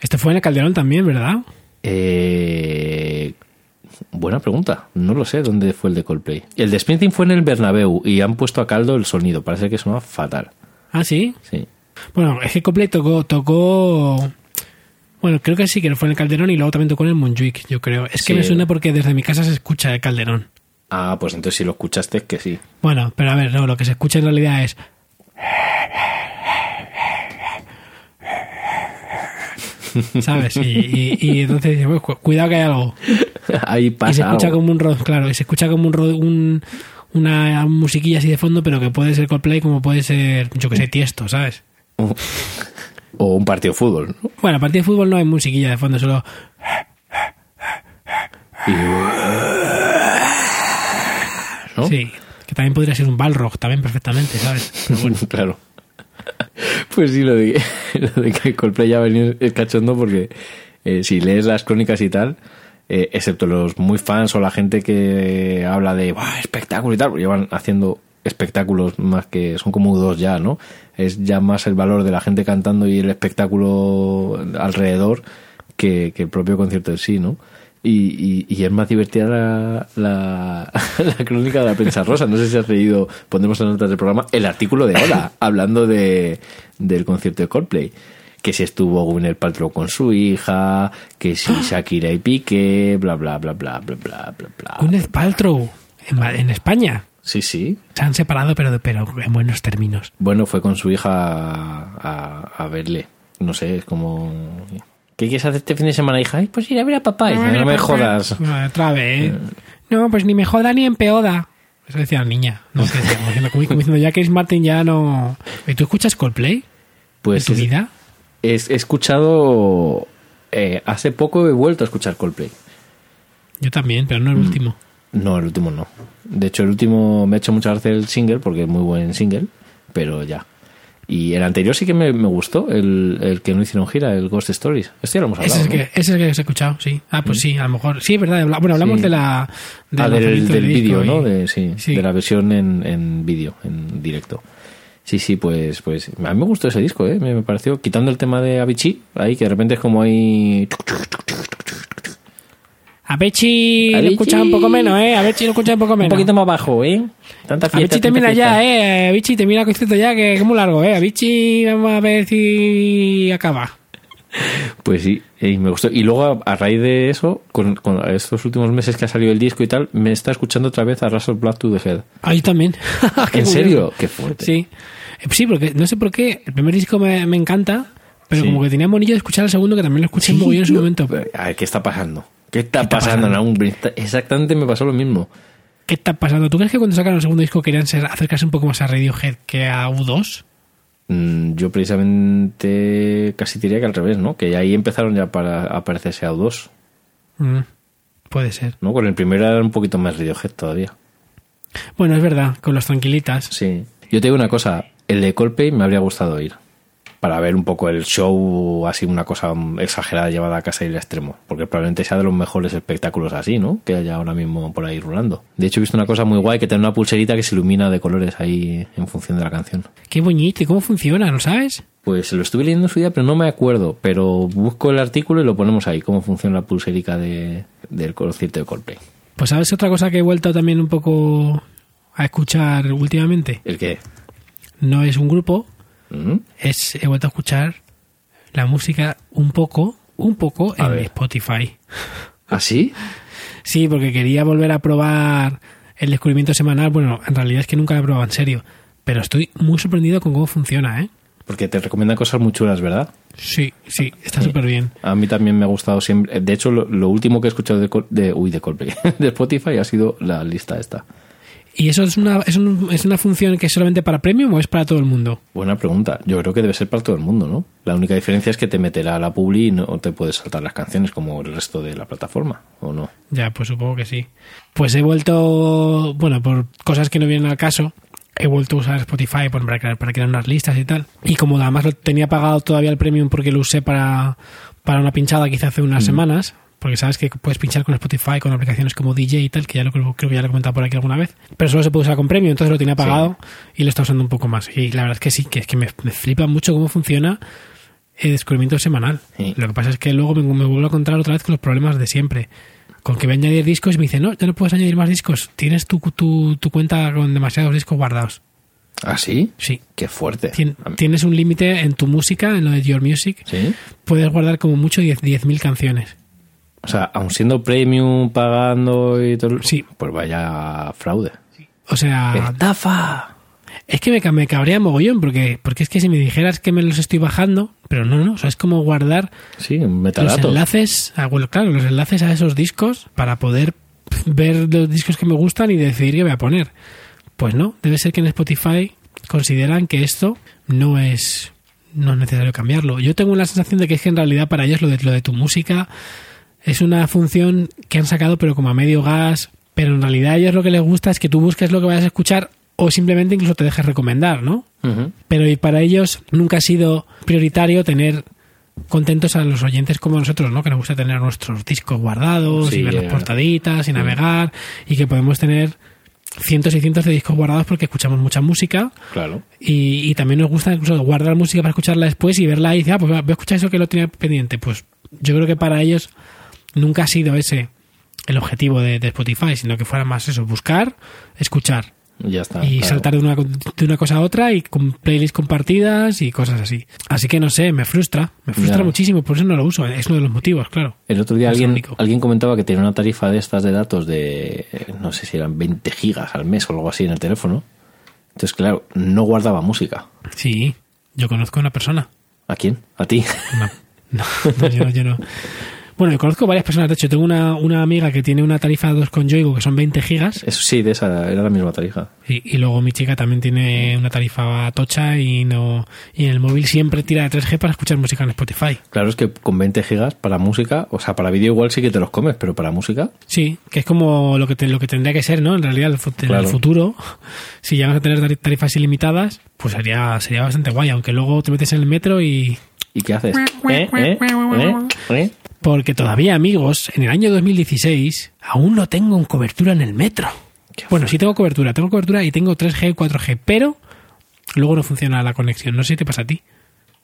[SPEAKER 1] Este fue en el Calderón también, ¿verdad?
[SPEAKER 2] Eh, buena pregunta. No lo sé dónde fue el de Coldplay. El de Springsteen fue en el Bernabéu y han puesto a caldo el sonido. Parece que sonaba fatal.
[SPEAKER 1] Ah, sí.
[SPEAKER 2] Sí.
[SPEAKER 1] Bueno, es que Coldplay tocó, tocó Bueno, creo que sí, que fue en el Calderón y luego también tocó en el Montjuic, yo creo. Es que
[SPEAKER 2] Sí.
[SPEAKER 1] me suena porque desde mi casa se escucha el Calderón.
[SPEAKER 2] Ah, pues entonces si lo escuchaste es que sí.
[SPEAKER 1] Bueno, pero a ver, no, lo que se escucha en realidad es. ¿Sabes? Y, y- y entonces dices, "Bueno, cu- cuidado que hay algo.
[SPEAKER 2] Ahí pasa
[SPEAKER 1] y se escucha
[SPEAKER 2] algo.
[SPEAKER 1] como un ro- claro, y se escucha como un, ro- un- una musiquilla así de fondo, pero que puede ser Coldplay como puede ser, yo que sé, tiesto, ¿sabes?
[SPEAKER 2] O un partido de fútbol. ¿no?
[SPEAKER 1] Bueno, a partir de fútbol no hay musiquilla de fondo, solo
[SPEAKER 2] Y- ¿No?
[SPEAKER 1] sí, que también podría ser un Balrog también perfectamente, ¿sabes?
[SPEAKER 2] claro. Pues sí, lo de, lo de que Coldplay ya ha venido es cachondo porque eh, si lees las crónicas y tal, eh, excepto los muy fans o la gente que habla de "Buah, espectáculo y tal, porque llevan haciendo espectáculos más que son como dos ya, ¿no? Es ya más el valor de la gente cantando y el espectáculo alrededor que, que el propio concierto en sí, ¿no? Y, y- y es más divertida la, la, la crónica de la prensa rosa. No sé si has leído, pondremos en notas del programa, el artículo de Hola, hablando de, del concierto de Coldplay. Que si estuvo Gwyneth Paltrow con su hija, que si Shakira y Piqué, bla, bla, bla, bla, bla, bla, bla, bla.
[SPEAKER 1] Gwyneth Paltrow en, Ma- en España.
[SPEAKER 2] Sí, sí.
[SPEAKER 1] Se han separado, pero, pero en buenos términos.
[SPEAKER 2] Bueno, fue con su hija a, a verle. No sé, es como... ¿Qué quieres hacer este fin de semana, hija? "Ay, Pues ir a ver a papá. Y,
[SPEAKER 1] Ah,
[SPEAKER 2] No, me jodas. Eh.
[SPEAKER 1] No, otra vez. No, pues ni me joda ni empeoda. Eso decía la niña. No, que decía, como diciendo, como diciendo, ya que es Martin, ya no. ¿Y tú escuchas Coldplay?
[SPEAKER 2] Pues
[SPEAKER 1] ¿En tu
[SPEAKER 2] es-
[SPEAKER 1] vida?
[SPEAKER 2] Es- He escuchado. eh, hace poco he vuelto a escuchar Coldplay.
[SPEAKER 1] Yo también, pero no
[SPEAKER 2] Mm.
[SPEAKER 1] el último.
[SPEAKER 2] No, el último no. De hecho, el último me ha hecho mucha gracia el single porque es muy buen single, pero ya. Y el anterior sí que me, me gustó, el, el que no hicieron gira, el Ghost Stories. Esto ya lo hemos hablado.
[SPEAKER 1] Ese es, el
[SPEAKER 2] ¿no? Mm.
[SPEAKER 1] que, ese es el que has escuchado, sí. Ah, pues sí, a lo mejor. Sí, es verdad. habla- Bueno, hablamos
[SPEAKER 2] Sí.
[SPEAKER 1] de la.
[SPEAKER 2] Ah, del,
[SPEAKER 1] lanzamiento
[SPEAKER 2] del vídeo,
[SPEAKER 1] disco
[SPEAKER 2] ¿no?
[SPEAKER 1] y-
[SPEAKER 2] De, sí,
[SPEAKER 1] sí.
[SPEAKER 2] de la versión en, en vídeo, en directo. Sí, sí, pues, pues a mí me gustó ese disco, ¿eh? Me, me pareció, quitando el tema de Avicii, ahí que de repente es como ahí...
[SPEAKER 1] A Bechi lo
[SPEAKER 2] Avicii.
[SPEAKER 1] escuchaba un poco menos, ¿eh? A Bechi lo escuchaba un poco menos.
[SPEAKER 2] Un poquito más bajo, ¿eh? Tanta
[SPEAKER 1] A
[SPEAKER 2] fiesta,
[SPEAKER 1] Bichi
[SPEAKER 2] tanta
[SPEAKER 1] termina
[SPEAKER 2] fiesta.
[SPEAKER 1] ya, eh. A Bichi termina el concierto ya, que es muy largo, eh. A Bichi, vamos a ver si acaba.
[SPEAKER 2] Pues sí, y me gustó. Y luego, a, a raíz de eso, con, con estos últimos meses que ha salido el disco y tal, me está escuchando otra vez a Russell Black to the Head.
[SPEAKER 1] Ahí también. Ah, Qué
[SPEAKER 2] ¿En
[SPEAKER 1] curioso.
[SPEAKER 2] serio? Qué fuerte.
[SPEAKER 1] Sí. Eh, Sí, porque no sé por qué. El primer disco me, me encanta, pero
[SPEAKER 2] Sí.
[SPEAKER 1] como que tenía monillo de escuchar el segundo, que también lo escuché un mogollón en su momento.
[SPEAKER 2] A ver, ¿qué está pasando? ¿Qué está, pasando? Naum? Está- Exactamente me pasó lo mismo.
[SPEAKER 1] ¿Qué está pasando? ¿Tú crees que cuando sacaron el segundo disco querían ser, acercarse un poco más a Radiohead que a U2?
[SPEAKER 2] Mm, Yo precisamente casi diría que al revés, ¿no? Que ahí empezaron ya para a aparecerse a O2,
[SPEAKER 1] Mm, puede ser.
[SPEAKER 2] ¿no? Con el primero era un poquito más Radiohead todavía.
[SPEAKER 1] Bueno, es verdad, con los tranquilitas.
[SPEAKER 2] Sí. Yo te digo una cosa, el de Coldplay me habría gustado ir. Para ver un poco el show, así una cosa exagerada llevada a casa y al extremo. Porque probablemente sea de los mejores espectáculos así, ¿no? Que haya ahora mismo por ahí rulando. De hecho, he visto una cosa muy guay que tiene una pulserita que se ilumina de colores ahí en función de la canción.
[SPEAKER 1] Qué bonito, ¿y cómo funciona? ¿No sabes?
[SPEAKER 2] Pues lo estuve leyendo en su día, pero no me acuerdo. Pero busco el artículo y lo ponemos ahí, cómo funciona la pulserica de, del concierto de Coldplay.
[SPEAKER 1] Pues sabes otra cosa que he vuelto también un poco a escuchar últimamente.
[SPEAKER 2] ¿El qué?
[SPEAKER 1] No es un grupo,
[SPEAKER 2] ¿Mm?
[SPEAKER 1] es he vuelto a escuchar la música un poco, un poco
[SPEAKER 2] A
[SPEAKER 1] en
[SPEAKER 2] ver.
[SPEAKER 1] Spotify.
[SPEAKER 2] ¿Ah, sí?
[SPEAKER 1] Sí, porque quería volver a probar el descubrimiento semanal. Bueno, en realidad es que nunca la he probado en serio, pero estoy muy sorprendido con cómo funciona, ¿eh?
[SPEAKER 2] Porque te recomiendan cosas muy chulas, ¿verdad?
[SPEAKER 1] Sí, sí, está súper bien.
[SPEAKER 2] A mí también me ha gustado siempre. De hecho, lo, lo último que he escuchado de, Col- de- uy, de Coldplay, de Spotify ha sido la lista esta.
[SPEAKER 1] ¿Y eso es una, es, un- es una función que es solamente para premium o es para todo el mundo?
[SPEAKER 2] Buena pregunta. Yo creo que debe ser para todo el mundo, ¿no? La única diferencia es que te meterá la publi y no te puedes saltar las canciones como el resto de la plataforma, ¿o no?
[SPEAKER 1] Ya, pues supongo que sí. Pues he vuelto, bueno, por cosas que no vienen al caso, he vuelto a usar Spotify bueno, para, crear, para crear unas listas y tal. Y como además lo tenía pagado todavía el premium porque lo usé para, para una pinchada que hice hace unas semanas, porque sabes que puedes pinchar con Spotify, con aplicaciones como DJ y tal, que ya lo creo creo que ya lo he comentado por aquí alguna vez, pero solo se puede usar con premium, entonces lo tenía pagado y lo está usando un poco más. Y la verdad es que sí, que es que me, me flipa mucho cómo funciona el eh, descubrimiento semanal.
[SPEAKER 2] Sí.
[SPEAKER 1] Lo que pasa es que luego me, me vuelvo a encontrar otra vez con los problemas de siempre. Con que voy a añadir discos y me dice, no, ya no puedes añadir más discos. Tienes tu, tu, tu cuenta con demasiados discos guardados.
[SPEAKER 2] ¿Ah, sí?
[SPEAKER 1] Sí.
[SPEAKER 2] Qué fuerte.
[SPEAKER 1] Tien-
[SPEAKER 2] A mí-
[SPEAKER 1] tienes un límite en tu música, en lo de Your Music.
[SPEAKER 2] Sí.
[SPEAKER 1] Puedes guardar como mucho 10 10.000 canciones.
[SPEAKER 2] O sea, aun siendo premium, pagando y todo.
[SPEAKER 1] Sí. Ah,
[SPEAKER 2] Pues vaya fraude.
[SPEAKER 1] O sea,
[SPEAKER 2] ¡Estafa!
[SPEAKER 1] es que me, ca- me cabrea mogollón porque, porque es que si me dijeras que me los estoy bajando, pero no, no, o sea, es como guardar
[SPEAKER 2] Sí, un
[SPEAKER 1] los
[SPEAKER 2] metadato.
[SPEAKER 1] enlaces, a, bueno, claro, los enlaces a esos discos para poder ver los discos que me gustan y decidir qué voy a poner. Pues no, debe ser que en Spotify consideran que esto no es no es necesario cambiarlo. Yo tengo la sensación de que es que en realidad para ellos lo de, lo de tu música es una función que han sacado pero como a medio gas, pero en realidad a ellos lo que les gusta es que tú busques lo que vayas a escuchar o simplemente incluso te dejes recomendar, ¿no?
[SPEAKER 2] Ujú.
[SPEAKER 1] pero y para ellos nunca ha sido prioritario tener contentos a los oyentes como nosotros, ¿no? Que nos gusta tener nuestros discos guardados
[SPEAKER 2] Sí,
[SPEAKER 1] y ver
[SPEAKER 2] eh.
[SPEAKER 1] las portaditas y navegar y que podemos tener cientos y cientos de discos guardados porque escuchamos mucha música
[SPEAKER 2] Claro.
[SPEAKER 1] y, y también nos gusta incluso guardar música para escucharla después y verla y decir, ah, pues voy a escuchar eso que lo tenía pendiente. Pues yo creo que para ellos nunca ha sido ese el objetivo de, de Spotify, sino que fuera más eso, buscar, escuchar
[SPEAKER 2] Ya está.
[SPEAKER 1] y
[SPEAKER 2] Ah, claro.
[SPEAKER 1] saltar de una, de una cosa a otra y con playlists compartidas y cosas así. Así que no sé, me frustra, me frustra
[SPEAKER 2] Ya.
[SPEAKER 1] muchísimo, por eso no lo uso, es uno de los motivos, claro.
[SPEAKER 2] El otro día
[SPEAKER 1] Es
[SPEAKER 2] alguien,
[SPEAKER 1] único.
[SPEAKER 2] alguien comentaba que tenía una tarifa de estas de datos de, eh, no sé si eran 20 gigas al mes o algo así en el teléfono. Entonces, claro, no guardaba música.
[SPEAKER 1] Sí, yo conozco a una persona.
[SPEAKER 2] ¿A quién? ¿A ti?
[SPEAKER 1] No, no, no, yo, yo no. Bueno, yo conozco varias personas, de hecho, tengo una, una amiga que tiene una tarifa 2 con Yoigo que son 20 gigas
[SPEAKER 2] Eso sí, de esa era la misma tarifa.
[SPEAKER 1] y, y luego mi chica también tiene una tarifa tocha y no y en el móvil siempre tira de 3G para escuchar música en Spotify.
[SPEAKER 2] Claro, es que con 20 gigas para música, o sea, para vídeo igual sí que te los comes, pero para música,
[SPEAKER 1] Sí, que es como lo que, te- lo que tendría que ser, ¿no? En realidad, el fu- en
[SPEAKER 2] Claro.
[SPEAKER 1] el futuro, si llegas a tener tari- tarifas ilimitadas, pues sería, sería bastante guay, aunque luego te metes en el metro y...
[SPEAKER 2] ¿y qué haces? ¿Eh? ¿Eh? ¿Eh? ¿Eh?
[SPEAKER 1] Porque todavía, amigos, en el año 2016 aún no tengo un cobertura en el metro.
[SPEAKER 2] Qué
[SPEAKER 1] Bueno, sí tengo cobertura, tengo cobertura y tengo 3G y 4G, pero luego no funciona la conexión. No sé si te pasa a ti.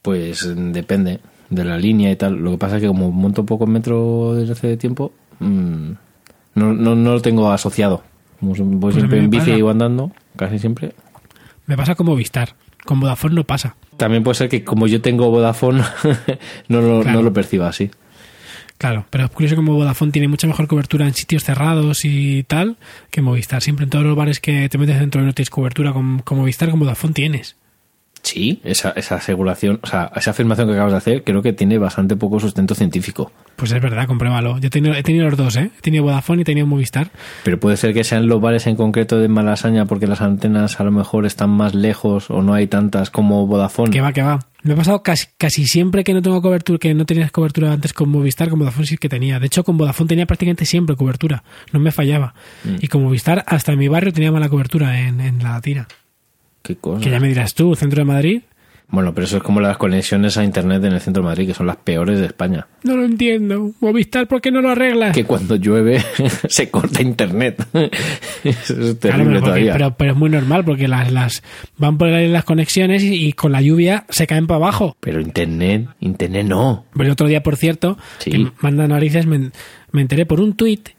[SPEAKER 2] Pues mm, depende de la línea y tal. Lo que pasa es que como monto poco en metro desde hace tiempo, mm, no, no, no lo tengo asociado. Como Voy
[SPEAKER 1] Pues a mí
[SPEAKER 2] siempre
[SPEAKER 1] me
[SPEAKER 2] en bici
[SPEAKER 1] pasa.
[SPEAKER 2] y andando, casi siempre.
[SPEAKER 1] Me pasa como Vistar, con Vodafone no pasa.
[SPEAKER 2] También puede ser que como yo tengo Vodafone, no, lo,
[SPEAKER 1] Claro.
[SPEAKER 2] no lo perciba así.
[SPEAKER 1] Claro, pero es curioso como Vodafone tiene mucha mejor cobertura en sitios cerrados y tal que Movistar. Siempre en todos los bares que te metes dentro y no tienes cobertura con, con Movistar, con Vodafone tienes.
[SPEAKER 2] Sí, esa, esa aseguración, o sea, esa afirmación que acabas de hacer creo que tiene bastante poco sustento científico.
[SPEAKER 1] Pues es verdad, compruébalo. Yo he tenido, he tenido los dos, ¿eh? He tenido Vodafone y he tenido Movistar.
[SPEAKER 2] Pero puede ser que sean los bares en concreto de Malasaña porque las antenas a lo mejor están más lejos o no hay tantas como Vodafone.
[SPEAKER 1] Que va, que va. Me ha pasado casi, casi siempre que no tengo cobertura, que no tenías cobertura antes con Movistar, con Vodafone sí que tenía. De hecho, con Vodafone tenía prácticamente siempre cobertura. No me fallaba. Y con Movistar, hasta en mi barrio tenía mala cobertura en, en la tira.
[SPEAKER 2] Qué cosa.
[SPEAKER 1] Que ya me dirás tú, centro de Madrid.
[SPEAKER 2] Bueno, pero eso es como las conexiones a internet en el centro de Madrid, que son las peores de España.
[SPEAKER 1] No lo entiendo. Movistar, ¿por qué no lo arreglas?
[SPEAKER 2] Que cuando llueve se corta internet. Eso
[SPEAKER 1] Claro,
[SPEAKER 2] es terrible
[SPEAKER 1] pero, porque-
[SPEAKER 2] todavía.
[SPEAKER 1] pero- pero es muy normal porque las, las van por ahí las conexiones y, y con la lluvia se caen para abajo.
[SPEAKER 2] Pero internet, internet no.
[SPEAKER 1] Pero El otro día, por cierto,
[SPEAKER 2] Sí.
[SPEAKER 1] que manda narices, me, me enteré por un tuit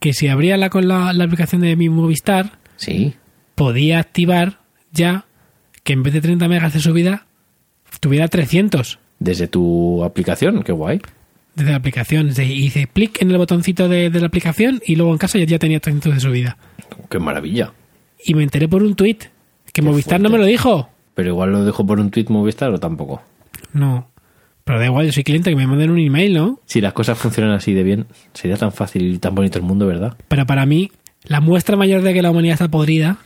[SPEAKER 1] que si abría la, con la, la aplicación de mi Movistar,
[SPEAKER 2] Sí.
[SPEAKER 1] podía activar ya que en vez de 30 megas de subida, tuviera 300
[SPEAKER 2] Desde tu aplicación, qué guay.
[SPEAKER 1] desde la aplicación. Y hice clic en el botoncito de, de la aplicación y luego en casa ya, ya tenía 300 de subida.
[SPEAKER 2] Qué maravilla.
[SPEAKER 1] Y me enteré por un tuit que Movistar no me
[SPEAKER 2] fuerte.
[SPEAKER 1] lo dijo.
[SPEAKER 2] Pero igual lo dejo por un tweet Movistar o tampoco.
[SPEAKER 1] No. Pero da igual, yo soy cliente, que me manden un email, ¿no?
[SPEAKER 2] Si las cosas funcionan así de bien, sería tan fácil y tan bonito el mundo, ¿verdad?
[SPEAKER 1] Pero para mí, la muestra mayor de que la humanidad está podrida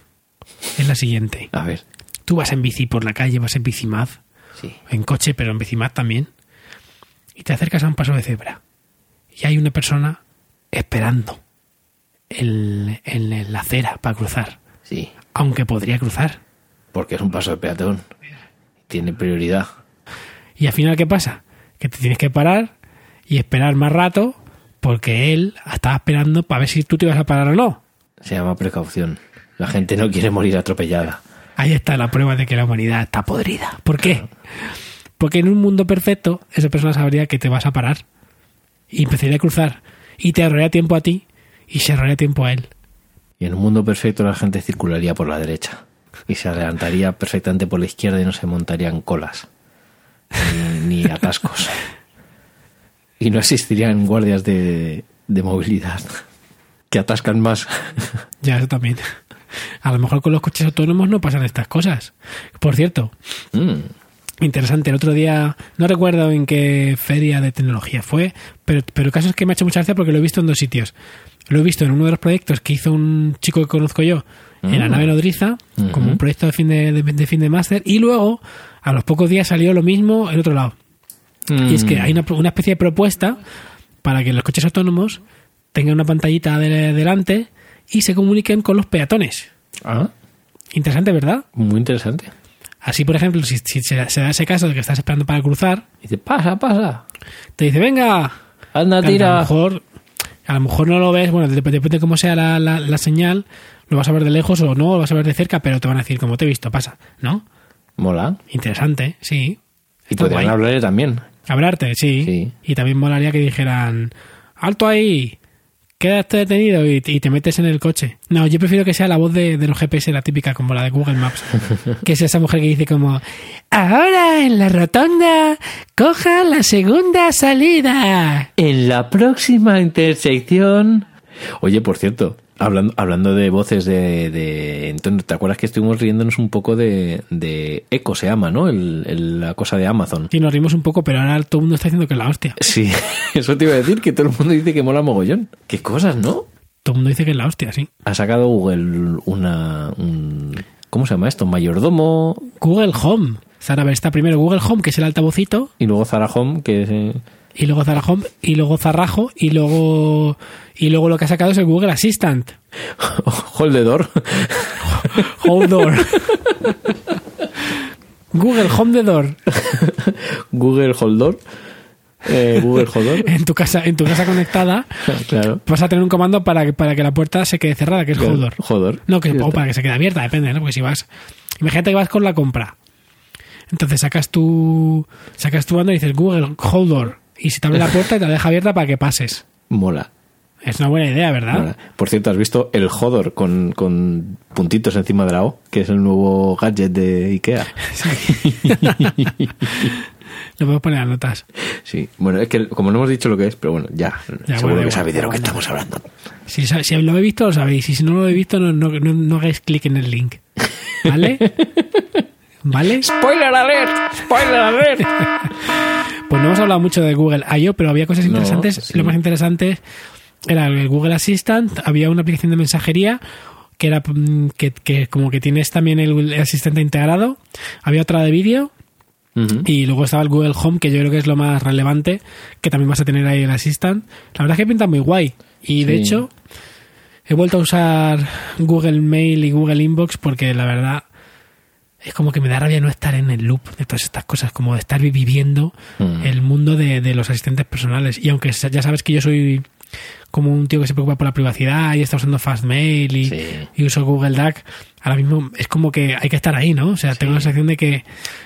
[SPEAKER 1] es la siguiente.
[SPEAKER 2] A ver.
[SPEAKER 1] Tú vas en bici por la calle, vas en bicimad,
[SPEAKER 2] Sí.
[SPEAKER 1] en coche, pero en bicimad también, y te acercas a un paso de cebra. Y hay una persona esperando en, en la acera para cruzar.
[SPEAKER 2] Sí.
[SPEAKER 1] Aunque podría cruzar.
[SPEAKER 2] Porque es un paso de peatón. Tiene prioridad.
[SPEAKER 1] Y al final, ¿qué pasa? Que te tienes que parar y esperar más rato porque él estaba esperando para ver si tú te ibas a parar o no.
[SPEAKER 2] Se llama precaución. La gente no quiere morir atropellada.
[SPEAKER 1] Ahí está la prueba de que la humanidad está podrida. ¿Por qué? Porque en un mundo perfecto, esa persona sabría que te vas a parar y empezaría a cruzar y te ahorraría tiempo a ti y se ahorraría tiempo a él.
[SPEAKER 2] Y en un mundo perfecto la gente circularía por la derecha. y se adelantaría perfectamente por la izquierda y no se montarían colas ni, ni atascos. Y no existirían guardias de, de movilidad que atascan más.
[SPEAKER 1] Ya, eso también. A lo mejor con los coches autónomos no pasan estas cosas. Por cierto,
[SPEAKER 2] Mm,
[SPEAKER 1] interesante, el otro día, no recuerdo en qué feria de tecnología fue, pero, pero el caso es que me ha hecho mucha gracia porque lo he visto en dos sitios. Lo he visto en uno de los proyectos que hizo un chico que conozco yo en la
[SPEAKER 2] Mm.
[SPEAKER 1] nave nodriza, como un proyecto de fin de, de- de fin de máster, y luego, a los pocos días salió lo mismo en otro lado. Y
[SPEAKER 2] Mm.
[SPEAKER 1] es que hay una, una especie de propuesta para que los coches autónomos tengan una pantallita de- delante y se comuniquen con los peatones.
[SPEAKER 2] Ah,
[SPEAKER 1] Interesante, ¿verdad?
[SPEAKER 2] muy interesante.
[SPEAKER 1] Así, por ejemplo, si, si se, se da ese caso de que estás esperando para cruzar,
[SPEAKER 2] Dice, pasa, pasa.
[SPEAKER 1] te dice, venga, Claro, que A
[SPEAKER 2] Anda,
[SPEAKER 1] lo
[SPEAKER 2] tira.
[SPEAKER 1] mejor, a lo mejor no lo ves, bueno, dep- depende de cómo sea la, la- la señal, lo vas a ver de lejos o no, lo vas a ver de cerca, pero te van a decir, como te he visto, pasa, ¿no?
[SPEAKER 2] Mola.
[SPEAKER 1] Interesante, sí.
[SPEAKER 2] Y
[SPEAKER 1] Está
[SPEAKER 2] podrían
[SPEAKER 1] guay.
[SPEAKER 2] hablarle también.
[SPEAKER 1] Hablarte, sí.
[SPEAKER 2] Sí.
[SPEAKER 1] Y también molaría que dijeran, alto ahí, quédate detenido y, y te metes en el coche. No, yo prefiero que sea la voz de, de los GPS, la típica, como la de Google Maps, que es esa mujer que dice como, ahora en la rotonda, coja la segunda salida.
[SPEAKER 2] En la próxima intersección. Oye, por cierto, hablando, hablando de voces de, de- Entonces, ¿te acuerdas que estuvimos riéndonos un poco de, de Echo, se llama, ¿no? El- el- la cosa de Amazon.
[SPEAKER 1] Y nos rimos un poco, pero ahora todo el mundo está diciendo que es la hostia.
[SPEAKER 2] Sí, eso te iba a decir, que todo el mundo dice que mola mogollón. Qué cosas, ¿no?
[SPEAKER 1] Todo el mundo dice que es la hostia, sí.
[SPEAKER 2] Ha sacado Google una... un- ¿Cómo se llama esto? Mayordomo
[SPEAKER 1] Google Home. Zara está primero Google Home, que es el altavocito,
[SPEAKER 2] y luego Zara Home, que... eh, se-
[SPEAKER 1] y luego Zara Home, y luego Zarrajo, y luego y luego lo que ha sacado es el Google Assistant.
[SPEAKER 2] Hold the door.
[SPEAKER 1] Home Door. Google Home the Door.
[SPEAKER 2] Google Hold Door. Eh, Google Hold Door.
[SPEAKER 1] En tu casa, en tu casa conectada,
[SPEAKER 2] Claro.
[SPEAKER 1] vas a tener un comando para que, para que la puerta se quede cerrada, que es Home Door.
[SPEAKER 2] Jodor.
[SPEAKER 1] No, que, o para que se quede abierta, depende, ¿no? Porque si vas. Imagínate que vas con la compra. Entonces sacas tu. Sacas tu bando y dices Google, hold door. Y si te abre la puerta y te la deja abierta para que pases.
[SPEAKER 2] Mola.
[SPEAKER 1] Es una buena idea, ¿verdad?
[SPEAKER 2] Mola. Por cierto, ¿has visto el Jodor con, con puntitos encima de la O? Que es el nuevo gadget de Ikea.
[SPEAKER 1] Lo podemos poner en las notas.
[SPEAKER 2] Sí. Bueno, es que como no hemos dicho lo que es, pero bueno, ya.
[SPEAKER 1] Ya,
[SPEAKER 2] seguro
[SPEAKER 1] bueno,
[SPEAKER 2] que
[SPEAKER 1] da
[SPEAKER 2] sabéis de
[SPEAKER 1] igual,
[SPEAKER 2] lo que
[SPEAKER 1] da
[SPEAKER 2] estamos hablando.
[SPEAKER 1] Si, sa- si lo he visto, lo sabéis. Y si no lo he visto, no, no, no- no hagáis clic en el link. ¿Vale? ¿Vale?
[SPEAKER 2] ¡Spoiler alert! ¡Spoiler alert!
[SPEAKER 1] Pues no hemos hablado mucho de Google I.O., pero había cosas
[SPEAKER 2] No,
[SPEAKER 1] interesantes.
[SPEAKER 2] sí.
[SPEAKER 1] Lo más interesante era el Google Assistant, había una aplicación de mensajería que era mm, que, que como que tienes también el, el asistente integrado, había otra de vídeo
[SPEAKER 2] Ujú.
[SPEAKER 1] y luego estaba el Google Home, que yo creo que es lo más relevante, que también vas a tener ahí el Assistant. La verdad es que pinta muy guay y de
[SPEAKER 2] Sí.
[SPEAKER 1] hecho he vuelto a usar Google Mail y Google Inbox porque la verdad es como que me da rabia no estar en el loop de todas estas cosas, como de estar vi- viviendo
[SPEAKER 2] Mm.
[SPEAKER 1] el mundo de, de los asistentes personales. Y aunque sa- ya sabes que yo soy como un tío que se preocupa por la privacidad y está usando Fastmail y,
[SPEAKER 2] Sí.
[SPEAKER 1] y uso Google Doc, ahora mismo es como que hay que estar ahí, ¿no? O sea, tengo la sensación de que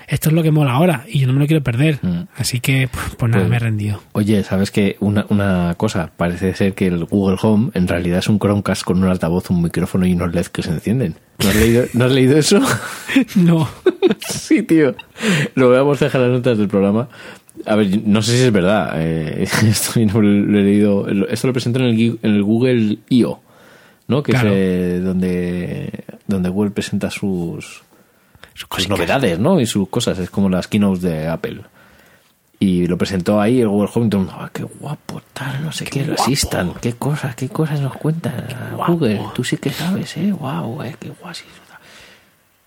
[SPEAKER 1] esto es lo que mola ahora y yo no me lo quiero perder.
[SPEAKER 2] Mm.
[SPEAKER 1] Así que, pues, pues nada,
[SPEAKER 2] Pues-
[SPEAKER 1] me he rendido.
[SPEAKER 2] Oye, ¿sabes que Una, una cosa, parece ser que el Google Home en realidad es un Chromecast con un altavoz, un micrófono y unos LEDs que se encienden. ¿No has leído, ¿no has leído eso?
[SPEAKER 1] no.
[SPEAKER 2] sí, tío. Lo vamos a dejar en las notas del programa. A ver, no sé si es verdad. eh, esto yo no lo he leído. lo- Esto lo presento en el, gui- en el Google I.O., ¿no? Que
[SPEAKER 1] Claro.
[SPEAKER 2] es eh, donde, donde Google presenta sus,
[SPEAKER 1] Son
[SPEAKER 2] sus
[SPEAKER 1] cositas.
[SPEAKER 2] novedades, ¿no? Y sus cosas, es como las keynotes de Apple. Y lo presentó ahí el Google Home y todo el mundo, "Ah, qué guapo, tal, no sé qué, el Assistant, qué cosas, qué cosas nos cuentan Google, tú sí que sabes, eh, wow, eh, qué guay.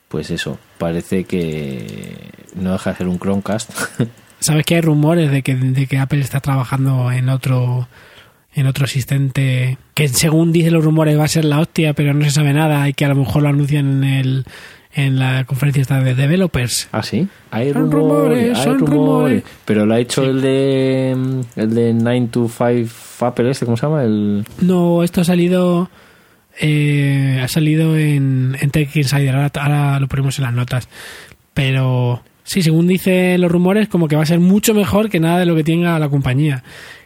[SPEAKER 2] Pues eso, parece que no deja de ser un Chromecast.
[SPEAKER 1] ¿Sabes que hay rumores de que, de que Apple está trabajando en otro en otro asistente que según dicen los rumores va a ser la hostia, pero no se sabe nada y que a lo mejor lo anuncian en el en la conferencia esta de developers.
[SPEAKER 2] ah, sí, hay
[SPEAKER 1] Son rumores,
[SPEAKER 2] rumores, hay
[SPEAKER 1] son
[SPEAKER 2] rumores.
[SPEAKER 1] rumores.
[SPEAKER 2] Pero lo ha hecho el de mm, el de 9 to 5 Apple este, ¿cómo se llama? El
[SPEAKER 1] No, esto ha salido eh, ha salido en, en Tech Insider, ahora, ahora lo ponemos en las notas. Pero sí, según dicen los rumores, como que va a ser mucho mejor que nada de lo que tenga la compañía.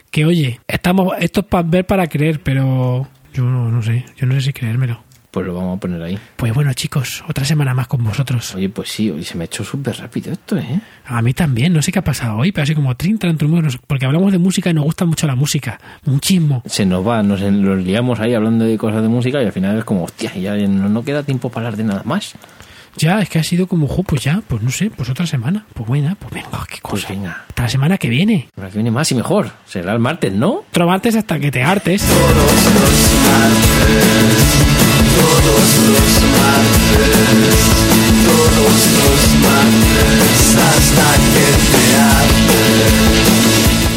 [SPEAKER 1] Que oye, estamos esto es para ver para creer, pero yo no, no sé, yo no sé si creérmelo.
[SPEAKER 2] Pues lo vamos a poner ahí.
[SPEAKER 1] Pues bueno, chicos, otra semana más con vosotros.
[SPEAKER 2] Oye, pues sí, hoy se me ha hecho súper rápido esto, ¿eh?
[SPEAKER 1] A mí también, no sé qué ha pasado hoy, pero así como trin, tran, trum, nos- porque hablamos de música y nos gusta mucho la música. Muchísimo.
[SPEAKER 2] Se nos va, nos en- los liamos ahí hablando de cosas de música y al final es como, hostia, ya no, no queda tiempo para hablar de nada más.
[SPEAKER 1] Ya, es que ha sido como, jo, pues ya, pues no sé, pues otra semana. Pues buena, pues venga, qué
[SPEAKER 2] Pues
[SPEAKER 1] cosa.
[SPEAKER 2] venga,
[SPEAKER 1] Hasta la semana que viene.
[SPEAKER 2] ahora que viene más y mejor. Será el martes, ¿no?
[SPEAKER 1] Otro martes hasta que te hartes.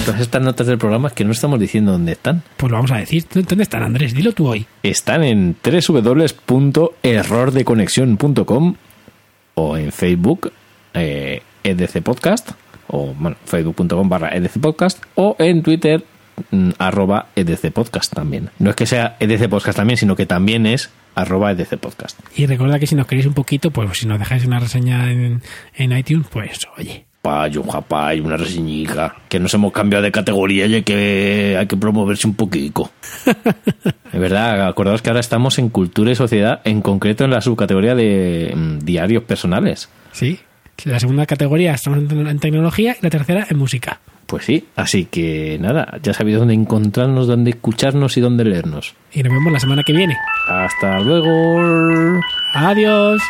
[SPEAKER 2] Todas estas notas del programa es que no estamos diciendo dónde están.
[SPEAKER 1] Pues lo vamos a decir. ¿Dónde están, Andrés? Dilo tú hoy.
[SPEAKER 2] Están en www.errordeconexión.com o en Facebook, eh, EDC Podcast, o bueno, facebook.com barra EDC Podcast, o en Twitter, mm, arroba EDC Podcast también. No es que sea EDC Podcast también, sino que también es arroba EDC Podcast.
[SPEAKER 1] Y recuerda que si nos queréis un poquito, pues si nos dejáis una reseña en, en iTunes, pues oye.
[SPEAKER 2] Pay, un japay, una reseñica. Que nos hemos cambiado de categoría y hay que, hay que promoverse un poquito. es verdad, acordaos que ahora estamos en cultura y sociedad, en concreto en la subcategoría de mm, diarios personales.
[SPEAKER 1] Sí. La segunda categoría estamos en, te- en tecnología y la tercera en música.
[SPEAKER 2] Pues sí, así que nada, ya sabéis dónde encontrarnos, dónde escucharnos y dónde leernos.
[SPEAKER 1] Y nos vemos la semana que viene.
[SPEAKER 2] Hasta luego.
[SPEAKER 1] Adiós.